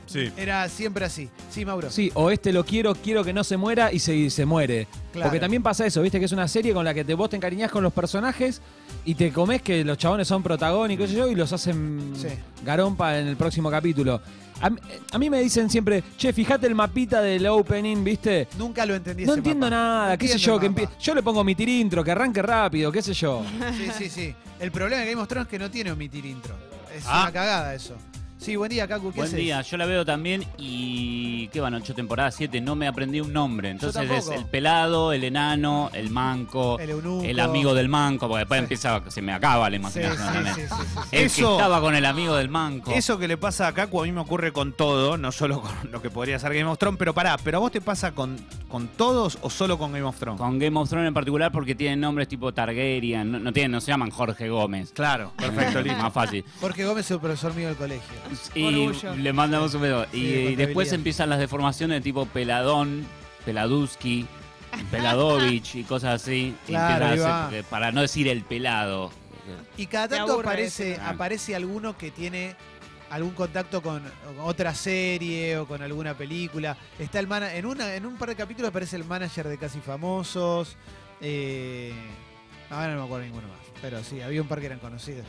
[SPEAKER 2] Sí.
[SPEAKER 1] Era siempre así. Sí, Mauro.
[SPEAKER 9] Sí, o este lo quiero, quiero que no se muera y se, se muere.
[SPEAKER 1] Claro.
[SPEAKER 9] Porque también pasa eso, viste, que es una serie con la que te, vos te encariñás con los personajes y te comes que los chabones son protagónicos y, yo, y los hacen
[SPEAKER 1] Sí.
[SPEAKER 9] garompa en el próximo capítulo. A, mí- a mí me dicen siempre, che, fíjate el mapita del opening, viste.
[SPEAKER 1] Nunca lo entendí.
[SPEAKER 9] No
[SPEAKER 1] ese
[SPEAKER 9] entiendo
[SPEAKER 1] mapa.
[SPEAKER 9] nada,
[SPEAKER 1] No
[SPEAKER 9] qué sé
[SPEAKER 1] entiendo
[SPEAKER 9] yo, que
[SPEAKER 1] el mapa.
[SPEAKER 9] empie- yo le pongo mi tirintro, que arranque rápido, qué sé yo.
[SPEAKER 1] Sí, sí, sí. El problema de Game of Thrones es que no tiene omitir intro. Es
[SPEAKER 4] Ah.
[SPEAKER 1] una cagada eso. Sí, buen día, Kaku. ¿Qué
[SPEAKER 6] Buen
[SPEAKER 1] haces?
[SPEAKER 6] día, yo la veo también y qué van, ocho temporadas, siete, no me aprendí un nombre. Entonces es
[SPEAKER 1] tampoco.
[SPEAKER 6] el pelado, el enano, el manco,
[SPEAKER 1] El
[SPEAKER 6] el,
[SPEAKER 1] eunuco.
[SPEAKER 6] amigo del manco, porque después
[SPEAKER 1] Sí.
[SPEAKER 6] empieza, se me acaba la
[SPEAKER 1] Sí,
[SPEAKER 6] imaginación
[SPEAKER 1] sí,
[SPEAKER 6] también.
[SPEAKER 1] sí, sí, sí.
[SPEAKER 6] El
[SPEAKER 4] Eso-
[SPEAKER 6] que estaba con el amigo del manco.
[SPEAKER 4] Eso que le pasa a Kaku a mí me ocurre con todo, no solo con lo que podría ser Game of Thrones, pero pará, ¿pero a vos te pasa con, con todos o solo con Game of Thrones?
[SPEAKER 6] Con Game of Thrones en particular porque tienen nombres tipo Targaryen, no, no tienen, no se llaman Jorge Gómez.
[SPEAKER 4] Claro, perfecto, listo.
[SPEAKER 6] Más fácil.
[SPEAKER 1] Jorge Gómez es un profesor mío del colegio.
[SPEAKER 6] Y
[SPEAKER 3] Orgullo.
[SPEAKER 6] le mandamos un beso. Y,
[SPEAKER 1] Sí,
[SPEAKER 6] y después
[SPEAKER 1] contabilidad.
[SPEAKER 6] empiezan las deformaciones de tipo Peladón, Peladuski, Peladovich y cosas así. Y
[SPEAKER 1] Claro,
[SPEAKER 6] empiezan a
[SPEAKER 1] ahí va.
[SPEAKER 6] hacer- para no decir el pelado.
[SPEAKER 1] Y cada
[SPEAKER 3] Te
[SPEAKER 1] tanto
[SPEAKER 3] aburre
[SPEAKER 1] aparece,
[SPEAKER 6] ese, ¿no?
[SPEAKER 1] aparece alguno que tiene algún contacto con otra serie o con alguna película. Está el mana- en una, en un par de capítulos aparece el manager de Casi Famosos. Eh, ahora no me acuerdo ninguno más. Pero sí, había un par que eran conocidos.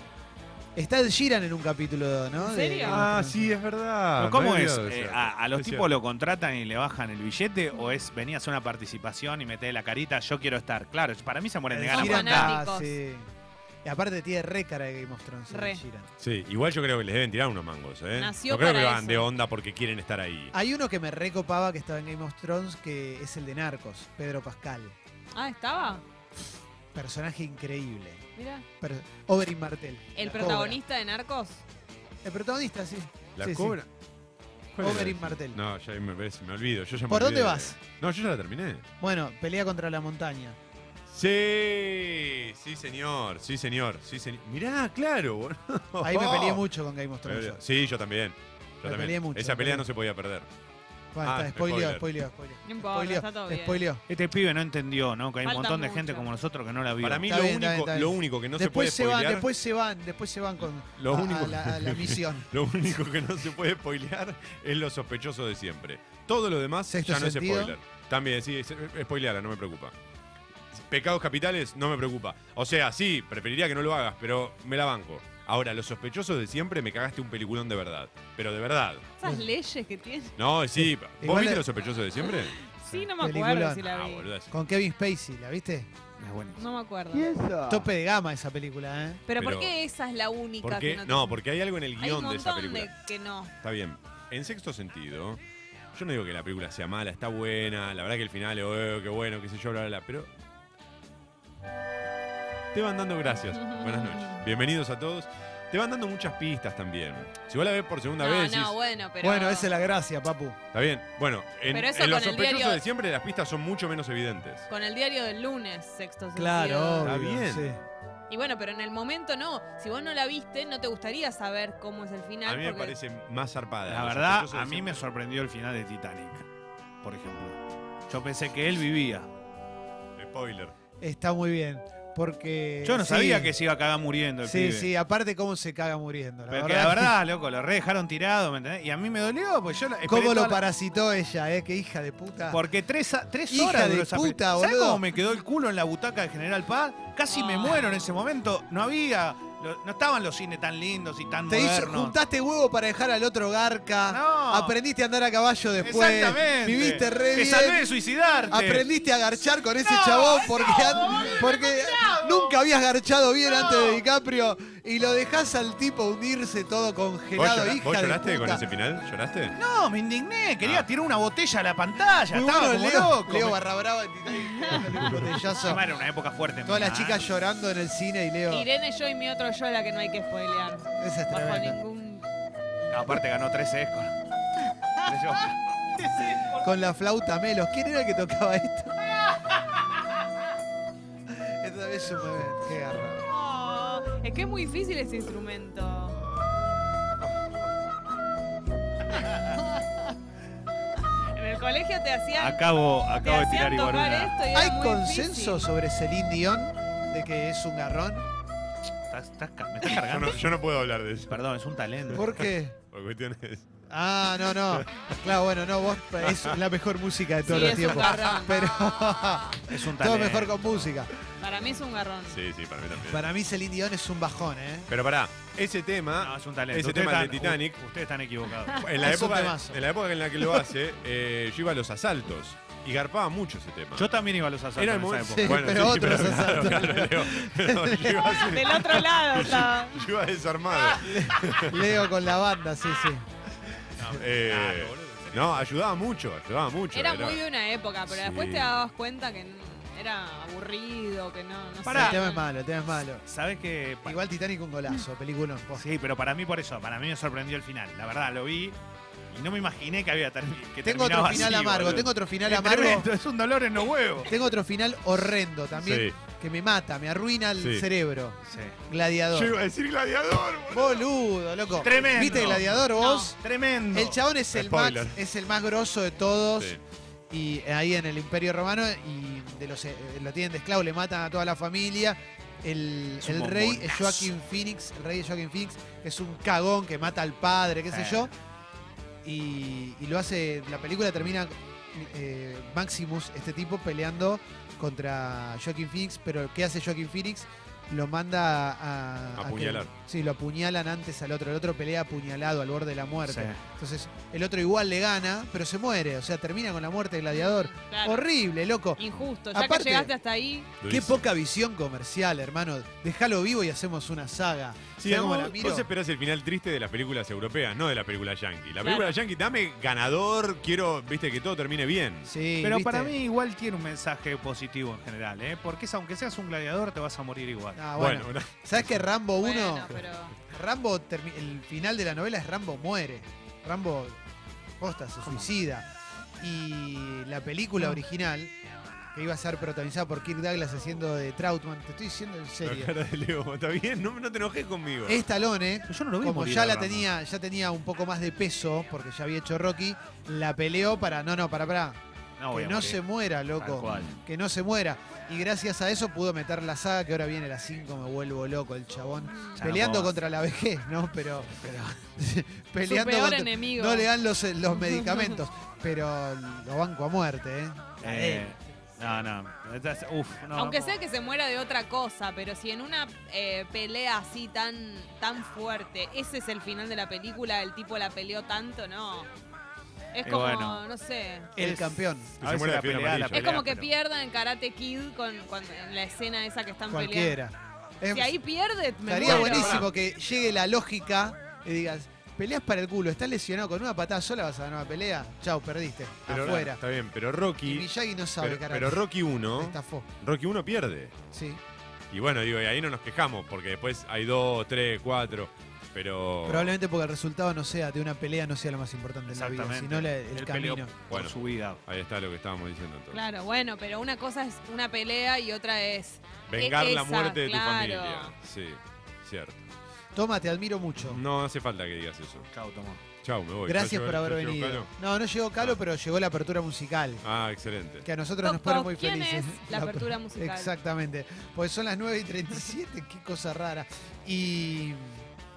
[SPEAKER 1] Está el Giran en un capítulo, ¿no?
[SPEAKER 3] ¿En
[SPEAKER 1] De-
[SPEAKER 3] serio?
[SPEAKER 2] Ah, sí, es verdad.
[SPEAKER 4] Pero ¿Cómo
[SPEAKER 2] No había
[SPEAKER 4] es?
[SPEAKER 2] oído
[SPEAKER 4] Eh,
[SPEAKER 2] eso.
[SPEAKER 4] a, a los
[SPEAKER 2] Es
[SPEAKER 4] tipos
[SPEAKER 2] cierto.
[SPEAKER 4] lo contratan y le bajan el billete o es venía a hacer una participación y metés la carita, yo quiero estar? Claro, para mí se mueren de
[SPEAKER 1] El
[SPEAKER 4] ganas.
[SPEAKER 3] Son Gira-
[SPEAKER 4] por
[SPEAKER 1] Sheeran,
[SPEAKER 4] entrar.
[SPEAKER 3] fanáticos.
[SPEAKER 1] ah, sí. Y aparte tiene re cara de Game of Thrones. el
[SPEAKER 3] Re.
[SPEAKER 1] Sheeran.
[SPEAKER 2] Sí, igual yo creo que les deben tirar unos mangos, ¿eh?
[SPEAKER 3] Nació
[SPEAKER 2] no creo que
[SPEAKER 3] para
[SPEAKER 2] van
[SPEAKER 3] eso.
[SPEAKER 2] de onda porque quieren estar ahí.
[SPEAKER 1] Hay uno que me recopaba que estaba en Game of Thrones, que es el de Narcos, Pedro Pascal.
[SPEAKER 3] Ah, ¿estaba?
[SPEAKER 1] Personaje increíble.
[SPEAKER 3] Mira.
[SPEAKER 1] Per- Oberyn Martel.
[SPEAKER 3] ¿El
[SPEAKER 1] La
[SPEAKER 3] protagonista de Narcos?
[SPEAKER 1] cobra. El protagonista, sí.
[SPEAKER 2] ¿La
[SPEAKER 1] Sí, sí.
[SPEAKER 2] cobra? ¿Cuál era
[SPEAKER 1] Oberyn
[SPEAKER 2] ese?
[SPEAKER 1] Martel.
[SPEAKER 2] No, ya me, ves, me olvido. Yo ya me
[SPEAKER 1] ¿Por dónde
[SPEAKER 2] olvidé.
[SPEAKER 1] vas?
[SPEAKER 2] No, yo ya la terminé.
[SPEAKER 1] Bueno, pelea contra la montaña.
[SPEAKER 2] Sí, sí, señor, sí, señor, sí, señor. Mirá, claro, boludo.
[SPEAKER 1] Ahí me peleé mucho con Game of
[SPEAKER 2] Me
[SPEAKER 1] Thrones.
[SPEAKER 2] peleé- Sí, yo también. Yo
[SPEAKER 1] Me
[SPEAKER 2] también.
[SPEAKER 1] peleé mucho,
[SPEAKER 2] Esa
[SPEAKER 1] me
[SPEAKER 2] pelea
[SPEAKER 1] peleé.
[SPEAKER 2] no se podía perder.
[SPEAKER 1] Bueno,
[SPEAKER 2] Ah,
[SPEAKER 1] está, spoileo,
[SPEAKER 2] spoiler.
[SPEAKER 1] spoileo, spoileo.
[SPEAKER 3] No importa,
[SPEAKER 1] Spoileo,
[SPEAKER 3] está todo bien.
[SPEAKER 1] spoileo.
[SPEAKER 4] Este pibe no entendió, ¿no? Que hay un
[SPEAKER 3] Falta
[SPEAKER 4] montón de
[SPEAKER 3] mucho.
[SPEAKER 4] gente como nosotros que no la vio.
[SPEAKER 2] Para mí
[SPEAKER 1] Está
[SPEAKER 2] lo,
[SPEAKER 1] bien,
[SPEAKER 2] único,
[SPEAKER 1] está bien, está
[SPEAKER 2] lo
[SPEAKER 1] bien.
[SPEAKER 2] único que no
[SPEAKER 1] después
[SPEAKER 2] se
[SPEAKER 1] se,
[SPEAKER 2] puede
[SPEAKER 1] van,
[SPEAKER 2] spoilear,
[SPEAKER 1] después se van, después se van con
[SPEAKER 2] Lo
[SPEAKER 1] a- a
[SPEAKER 2] único-
[SPEAKER 1] la- a la misión.
[SPEAKER 2] lo único que no se puede spoilear es lo sospechoso de siempre. Todo lo demás
[SPEAKER 1] Sexto
[SPEAKER 2] ya no
[SPEAKER 1] sentido.
[SPEAKER 2] es spoiler. También, sí, es- spoileala, no me preocupa. Pecados capitales, no me preocupa. O sea, sí, preferiría que no lo hagas, pero me la banco. Ahora, los sospechosos de siempre me cagaste un peliculón de verdad. Pero de verdad.
[SPEAKER 1] Mm.
[SPEAKER 3] Esas leyes que tiene.
[SPEAKER 2] No, sí. ¿Vos
[SPEAKER 1] Igual
[SPEAKER 2] viste
[SPEAKER 1] es-
[SPEAKER 2] los sospechosos de siempre?
[SPEAKER 3] Sí, no me acuerdo
[SPEAKER 1] Peliculón.
[SPEAKER 3] si la
[SPEAKER 2] Ah,
[SPEAKER 3] vi.
[SPEAKER 2] boludo. es-
[SPEAKER 1] Con Kevin Spacey, ¿la viste?
[SPEAKER 4] Es buenísimo.
[SPEAKER 3] No me acuerdo.
[SPEAKER 8] ¿Y eso?
[SPEAKER 1] Tope de gama esa película, ¿eh?
[SPEAKER 3] Pero, ¿por
[SPEAKER 2] Pero-
[SPEAKER 3] qué esa es la única
[SPEAKER 2] Porque,
[SPEAKER 3] que no
[SPEAKER 2] no, porque hay algo en el
[SPEAKER 3] Hay un
[SPEAKER 2] guión de esa
[SPEAKER 3] montón de,
[SPEAKER 2] película.
[SPEAKER 3] que no.
[SPEAKER 2] Está bien. En sexto sentido, yo no digo que la película sea mala, está buena. La verdad que el final, oh, qué bueno, qué sé yo, bla, bla, bla. Pero. Te van dando gracias. Buenas noches. Bienvenidos a todos. Te van dando muchas pistas también. Si vos la ves por segunda
[SPEAKER 3] No,
[SPEAKER 2] vez, decís,
[SPEAKER 3] no, bueno, pero.
[SPEAKER 1] Bueno, esa es la gracia, papu.
[SPEAKER 2] está bien. Bueno, en,
[SPEAKER 3] Pero eso
[SPEAKER 2] en los
[SPEAKER 3] con el
[SPEAKER 2] sospechosos
[SPEAKER 3] diario-
[SPEAKER 2] de siempre, las pistas son mucho menos evidentes.
[SPEAKER 3] Con el diario del lunes, sexto sentido.
[SPEAKER 2] Está
[SPEAKER 1] obvio,
[SPEAKER 2] bien.
[SPEAKER 1] sí.
[SPEAKER 3] Y bueno, pero en el momento no. Si vos no la viste, no te gustaría saber cómo es el final.
[SPEAKER 2] A mí me
[SPEAKER 3] porque-
[SPEAKER 2] parece más zarpada.
[SPEAKER 4] La
[SPEAKER 2] Los
[SPEAKER 4] verdad,
[SPEAKER 2] sospechosos de
[SPEAKER 4] a mí me
[SPEAKER 2] siempre.
[SPEAKER 4] sorprendió el final de Titanic, por ejemplo. Yo pensé que él vivía.
[SPEAKER 2] Spoiler.
[SPEAKER 1] Está muy bien. Porque.
[SPEAKER 4] Yo no
[SPEAKER 1] sí.
[SPEAKER 4] sabía que se iba a cagar muriendo el
[SPEAKER 1] Sí,
[SPEAKER 4] pibe.
[SPEAKER 1] sí, aparte cómo se caga muriendo. La
[SPEAKER 4] Pero que
[SPEAKER 1] verdad,
[SPEAKER 4] la verdad, loco, lo re dejaron tirado, ¿me entendés? Y a mí me dolió, pues yo la- esperé
[SPEAKER 1] ¿Cómo
[SPEAKER 4] toda
[SPEAKER 1] lo
[SPEAKER 4] la-
[SPEAKER 1] parasitó ella, eh? Qué hija de puta.
[SPEAKER 4] Porque tres, a- tres
[SPEAKER 1] Hija
[SPEAKER 4] horas
[SPEAKER 1] de
[SPEAKER 4] duró esa
[SPEAKER 1] puta,
[SPEAKER 4] peli- ¿Sabés
[SPEAKER 1] boludo?
[SPEAKER 4] cómo me quedó el culo en la butaca de General Paz? Casi me
[SPEAKER 3] Ah.
[SPEAKER 4] muero en ese momento. No había. lo- no estaban los cines tan lindos y tan
[SPEAKER 1] Te hizo,
[SPEAKER 4] modernos.
[SPEAKER 1] juntaste huevo para dejar al otro garca.
[SPEAKER 4] No.
[SPEAKER 1] Aprendiste a andar a caballo después.
[SPEAKER 4] Exactamente.
[SPEAKER 1] Viviste re
[SPEAKER 4] Te
[SPEAKER 1] bien.
[SPEAKER 4] salvé de suicidarte.
[SPEAKER 1] Aprendiste a garchar con ese chabón porque, an- porque nunca habías garchado bien antes de DiCaprio y lo dejás al tipo hundirse todo
[SPEAKER 2] ¿Vos,
[SPEAKER 1] congelado,
[SPEAKER 2] llora-
[SPEAKER 1] hija
[SPEAKER 2] vos
[SPEAKER 1] de
[SPEAKER 2] lloraste con
[SPEAKER 1] puta.
[SPEAKER 2] ese final? ¿Lloraste?
[SPEAKER 4] No, me indigné. Quería
[SPEAKER 2] Ah.
[SPEAKER 4] tirar una botella a la pantalla.
[SPEAKER 1] Muy
[SPEAKER 4] Estaba
[SPEAKER 1] bueno,
[SPEAKER 4] como
[SPEAKER 1] Leo,
[SPEAKER 4] loco.
[SPEAKER 1] Leo
[SPEAKER 4] Me-
[SPEAKER 1] Barra Brava en Titanic, un botellazo.
[SPEAKER 4] Encima Era una época fuerte.
[SPEAKER 1] Todas
[SPEAKER 4] mía,
[SPEAKER 1] las chicas
[SPEAKER 4] ¿eh?
[SPEAKER 1] llorando en el cine y Leo.
[SPEAKER 3] Irene, yo y mi otro yo, la que no hay que spoilear.
[SPEAKER 1] Esa es
[SPEAKER 3] Bajo
[SPEAKER 1] tremenda.
[SPEAKER 3] ningún.
[SPEAKER 4] No, aparte ganó 13 Escort. Tres Oscar.
[SPEAKER 1] Con la flauta Melos. ¿Quién era el que tocaba esto? Esto también es un bebé. Qué garra.
[SPEAKER 3] Oh, es que es muy difícil ese instrumento. en el colegio te hacían.
[SPEAKER 4] Acabo,
[SPEAKER 3] te
[SPEAKER 4] acabo de tirar
[SPEAKER 3] hacían
[SPEAKER 4] igual
[SPEAKER 3] tocar
[SPEAKER 4] una.
[SPEAKER 3] esto y era
[SPEAKER 1] ¿Hay
[SPEAKER 3] muy
[SPEAKER 1] consenso
[SPEAKER 3] difícil.
[SPEAKER 1] sobre Celine Dion de que es un garrón?
[SPEAKER 4] Estás- estás ca- me estás
[SPEAKER 2] Yo
[SPEAKER 4] cargando.
[SPEAKER 2] no, yo no puedo hablar de eso.
[SPEAKER 4] Perdón, es un talento.
[SPEAKER 1] ¿Por qué?
[SPEAKER 2] Por cuestiones
[SPEAKER 1] Ah, no, no. Claro, bueno, no, vos es la mejor música de todos
[SPEAKER 3] Sí,
[SPEAKER 1] los
[SPEAKER 3] es un
[SPEAKER 1] tiempos.
[SPEAKER 3] garrón.
[SPEAKER 1] Pero
[SPEAKER 4] Es un
[SPEAKER 1] todo
[SPEAKER 4] talento.
[SPEAKER 1] mejor con música.
[SPEAKER 3] Para mí es un garrón.
[SPEAKER 2] Sí, sí, para mí también.
[SPEAKER 1] Para mí Celine Dion es un bajón, ¿eh?
[SPEAKER 2] Pero pará, ese tema.
[SPEAKER 4] No, es un talento.
[SPEAKER 2] Ese
[SPEAKER 4] Ustedes
[SPEAKER 2] tema del
[SPEAKER 4] están-
[SPEAKER 2] Titanic.
[SPEAKER 4] u- Ustedes están equivocados.
[SPEAKER 2] En la,
[SPEAKER 1] Es un
[SPEAKER 2] época,
[SPEAKER 1] temazo.
[SPEAKER 2] en la época en la que lo hace, eh, yo iba a los asaltos y garpaba mucho ese tema.
[SPEAKER 4] Yo también iba a los asaltos
[SPEAKER 2] Era el
[SPEAKER 4] en esa
[SPEAKER 2] momento.
[SPEAKER 4] época.
[SPEAKER 1] Sí, pero otros asaltos.
[SPEAKER 2] claro, Leo. Pero yo, iba a ser-
[SPEAKER 3] Del otro lado estaba.
[SPEAKER 2] yo iba desarmado.
[SPEAKER 1] Leo con la banda, sí, sí.
[SPEAKER 4] Ah,
[SPEAKER 2] Eh, no, ayudaba mucho, ayudaba mucho.
[SPEAKER 3] Era muy de una época,
[SPEAKER 2] Sí.
[SPEAKER 3] pero después te dabas cuenta que n- era aburrido, que no, no
[SPEAKER 4] Pará.
[SPEAKER 1] El
[SPEAKER 3] sé.
[SPEAKER 1] tema es malo, el tema es malo.
[SPEAKER 4] ¿Sabes qué? Pa-
[SPEAKER 1] Igual Titanic un golazo, película.
[SPEAKER 4] Sí, pero para mí por eso, para mí me sorprendió el final. La verdad, lo vi y no me imaginé que había ter- que
[SPEAKER 1] Tengo otro
[SPEAKER 4] terminaba
[SPEAKER 1] final
[SPEAKER 4] así,
[SPEAKER 1] amargo,
[SPEAKER 4] boludo.
[SPEAKER 1] tengo otro final
[SPEAKER 4] Es
[SPEAKER 1] amargo.
[SPEAKER 4] tremendo, es un dolor en los huevos.
[SPEAKER 1] Tengo otro final horrendo también
[SPEAKER 2] Sí.
[SPEAKER 1] que me mata, me arruina el
[SPEAKER 2] Sí.
[SPEAKER 1] cerebro.
[SPEAKER 4] Sí.
[SPEAKER 2] Yo
[SPEAKER 1] Gladiador.
[SPEAKER 2] iba a decir gladiador, boludo.
[SPEAKER 1] Boludo, loco.
[SPEAKER 4] Tremendo.
[SPEAKER 1] ¿Viste Gladiador vos?
[SPEAKER 4] Tremendo.
[SPEAKER 1] El chabón es el, más,
[SPEAKER 2] Spoiler.
[SPEAKER 1] es el más grosso de todos.
[SPEAKER 2] Sí.
[SPEAKER 1] Y eh, ahí en el Imperio Romano, y de los, eh, lo tienen de esclavo, le matan a toda la familia. El,
[SPEAKER 4] Es un
[SPEAKER 1] el rey
[SPEAKER 4] bombonazo.
[SPEAKER 1] Joaquín Phoenix, el rey Joaquín Phoenix, es un cagón que mata al padre, qué sé
[SPEAKER 4] Eh.
[SPEAKER 1] yo. Y, y lo hace, la película termina eh, Maximus, este tipo, peleando contra Joaquín Phoenix, pero ¿qué hace Joaquin Phoenix? Lo manda a... a que-
[SPEAKER 2] Apuñalar.
[SPEAKER 1] sí, lo apuñalan antes al otro. El otro pelea apuñalado al borde de la muerte.
[SPEAKER 4] Sí.
[SPEAKER 1] Entonces, el otro igual le gana, pero se muere. O sea, termina con la muerte del gladiador.
[SPEAKER 3] Claro.
[SPEAKER 1] Horrible, loco.
[SPEAKER 3] Injusto. Ya
[SPEAKER 1] Aparte-
[SPEAKER 3] que llegaste hasta ahí,
[SPEAKER 1] Qué
[SPEAKER 2] Durísimo.
[SPEAKER 1] poca visión comercial, hermano. Déjalo vivo y hacemos una saga.
[SPEAKER 2] Sí,
[SPEAKER 1] ¿Sabés cómo
[SPEAKER 2] vos-
[SPEAKER 1] la miro?
[SPEAKER 2] vos esperás el final triste de las películas europeas, no de la película yankee. La
[SPEAKER 3] Claro.
[SPEAKER 2] película yankee, dame ganador, quiero, viste, que todo termine bien.
[SPEAKER 1] Sí,
[SPEAKER 4] Pero
[SPEAKER 1] ¿viste?
[SPEAKER 4] para mí igual tiene un mensaje positivo en general, ¿eh? Porque es, aunque seas un gladiador te vas a morir igual.
[SPEAKER 1] Ah, bueno.
[SPEAKER 2] bueno,
[SPEAKER 1] ¿Sabes que Rambo 1?
[SPEAKER 3] bueno, pero
[SPEAKER 1] Rambo, termi- el final de la novela es Rambo muere. Rambo, posta, se suicida. Y la película original, que iba a ser protagonizada por Kirk Douglas haciendo de Trautman, te estoy diciendo en
[SPEAKER 2] la
[SPEAKER 1] serio.
[SPEAKER 2] cara de Leo, está bien, no, no te enojes conmigo.
[SPEAKER 1] Es Stallone,
[SPEAKER 4] Pero yo no lo vi
[SPEAKER 1] como
[SPEAKER 4] morir
[SPEAKER 1] ya
[SPEAKER 4] a
[SPEAKER 1] la
[SPEAKER 4] Rambo.
[SPEAKER 1] tenía, ya tenía un poco más de peso, porque ya había hecho Rocky, la peleó para, no, no, para, para,
[SPEAKER 4] No, Ah, voy
[SPEAKER 1] que
[SPEAKER 4] a
[SPEAKER 1] no
[SPEAKER 4] morir.
[SPEAKER 1] se muera,
[SPEAKER 4] Tal
[SPEAKER 1] loco,
[SPEAKER 4] cual.
[SPEAKER 1] que no se muera. Y gracias a eso pudo meter la saga, que ahora viene la 5, me vuelvo loco el chabón.
[SPEAKER 3] mm,
[SPEAKER 4] Ya no
[SPEAKER 1] peleando
[SPEAKER 4] puedo más.
[SPEAKER 1] contra la vejez, ¿no? Pero,
[SPEAKER 3] su
[SPEAKER 1] peleando
[SPEAKER 3] peor
[SPEAKER 1] contra-
[SPEAKER 3] enemigo.
[SPEAKER 1] No le dan los, los medicamentos, pero lo banco a muerte, ¿eh? A
[SPEAKER 4] Eh,
[SPEAKER 1] él.
[SPEAKER 4] no, no. Estás- Uf, no.
[SPEAKER 3] Aunque sea que se muera de otra cosa, pero si en una eh, pelea así tan, tan fuerte, ese es el final de la película, el tipo la peleó tanto, no. Es
[SPEAKER 4] Y
[SPEAKER 3] como,
[SPEAKER 4] bueno.
[SPEAKER 3] no sé.
[SPEAKER 1] El
[SPEAKER 4] es-
[SPEAKER 1] campeón.
[SPEAKER 2] Que se muera de fiebre amarilla.
[SPEAKER 3] Es
[SPEAKER 2] Pelea,
[SPEAKER 3] como que
[SPEAKER 4] pero-
[SPEAKER 3] pierdan en Karate Kid con, cuando- en la escena esa que están
[SPEAKER 1] Cualquiera. Es-
[SPEAKER 3] peleando. Si ahí pierde, me
[SPEAKER 1] Estaría
[SPEAKER 3] muero.
[SPEAKER 1] buenísimo que llegue la lógica y digas, peleas para el culo, estás lesionado con una patada sola, vas a ganar una pelea, chau, perdiste,
[SPEAKER 2] pero,
[SPEAKER 1] afuera.
[SPEAKER 2] Está bien, pero
[SPEAKER 1] Y
[SPEAKER 2] Rocky.
[SPEAKER 1] Miyagi no sabe,
[SPEAKER 2] Pero,
[SPEAKER 1] carajo.
[SPEAKER 2] pero Rocky 1,
[SPEAKER 1] Estafó,
[SPEAKER 2] Rocky 1 pierde.
[SPEAKER 1] sí.
[SPEAKER 2] Y bueno, digo, y ahí no nos quejamos, porque después hay 2, 3, 4. Pero.
[SPEAKER 1] Probablemente porque el resultado no sea de una pelea, no sea lo más importante en la vida,
[SPEAKER 4] Exactamente.
[SPEAKER 1] sino la- el,
[SPEAKER 4] Él peleó
[SPEAKER 1] camino.
[SPEAKER 4] por
[SPEAKER 2] Bueno.
[SPEAKER 4] su vida.
[SPEAKER 2] Ahí está lo que estábamos diciendo entonces.
[SPEAKER 3] Claro, bueno, pero una cosa es una pelea y otra es.
[SPEAKER 2] Vengar la
[SPEAKER 3] Esa,
[SPEAKER 2] muerte de tu
[SPEAKER 3] claro.
[SPEAKER 2] familia. Sí, cierto.
[SPEAKER 1] Toma, te admiro mucho.
[SPEAKER 2] No hace falta que digas eso.
[SPEAKER 4] Chau, Tomás.
[SPEAKER 2] Chau, me voy.
[SPEAKER 1] Gracias
[SPEAKER 2] ¿Ya llegó-
[SPEAKER 1] por haber
[SPEAKER 2] ya llegó
[SPEAKER 1] venido.
[SPEAKER 2] Calo?
[SPEAKER 1] No, no llegó Calo,
[SPEAKER 2] Ah.
[SPEAKER 1] pero llegó la apertura musical.
[SPEAKER 2] Ah, excelente.
[SPEAKER 1] Que a nosotros nos
[SPEAKER 3] Toc,
[SPEAKER 1] pone
[SPEAKER 3] toc,
[SPEAKER 1] muy
[SPEAKER 3] ¿quién
[SPEAKER 1] felices.
[SPEAKER 3] es la apertura musical?
[SPEAKER 1] Exactamente. Pues son las 9 y 37, qué cosa rara. Y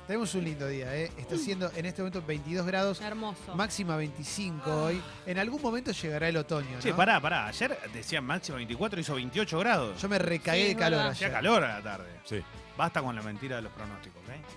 [SPEAKER 1] tenemos un lindo día, ¿eh? Está haciendo en este momento 22 grados,
[SPEAKER 3] Hermoso.
[SPEAKER 1] máxima 25 hoy. En algún momento llegará el otoño, ¿no?
[SPEAKER 4] Che, pará, pará. Ayer decían máximo 24, hizo 28 grados.
[SPEAKER 1] Yo me recagué
[SPEAKER 3] Sí,
[SPEAKER 1] de
[SPEAKER 3] es
[SPEAKER 1] calor
[SPEAKER 3] verdad.
[SPEAKER 1] ayer.
[SPEAKER 4] Hacía calor a la tarde.
[SPEAKER 2] Sí.
[SPEAKER 4] Basta con la mentira de los pronósticos, ¿ok?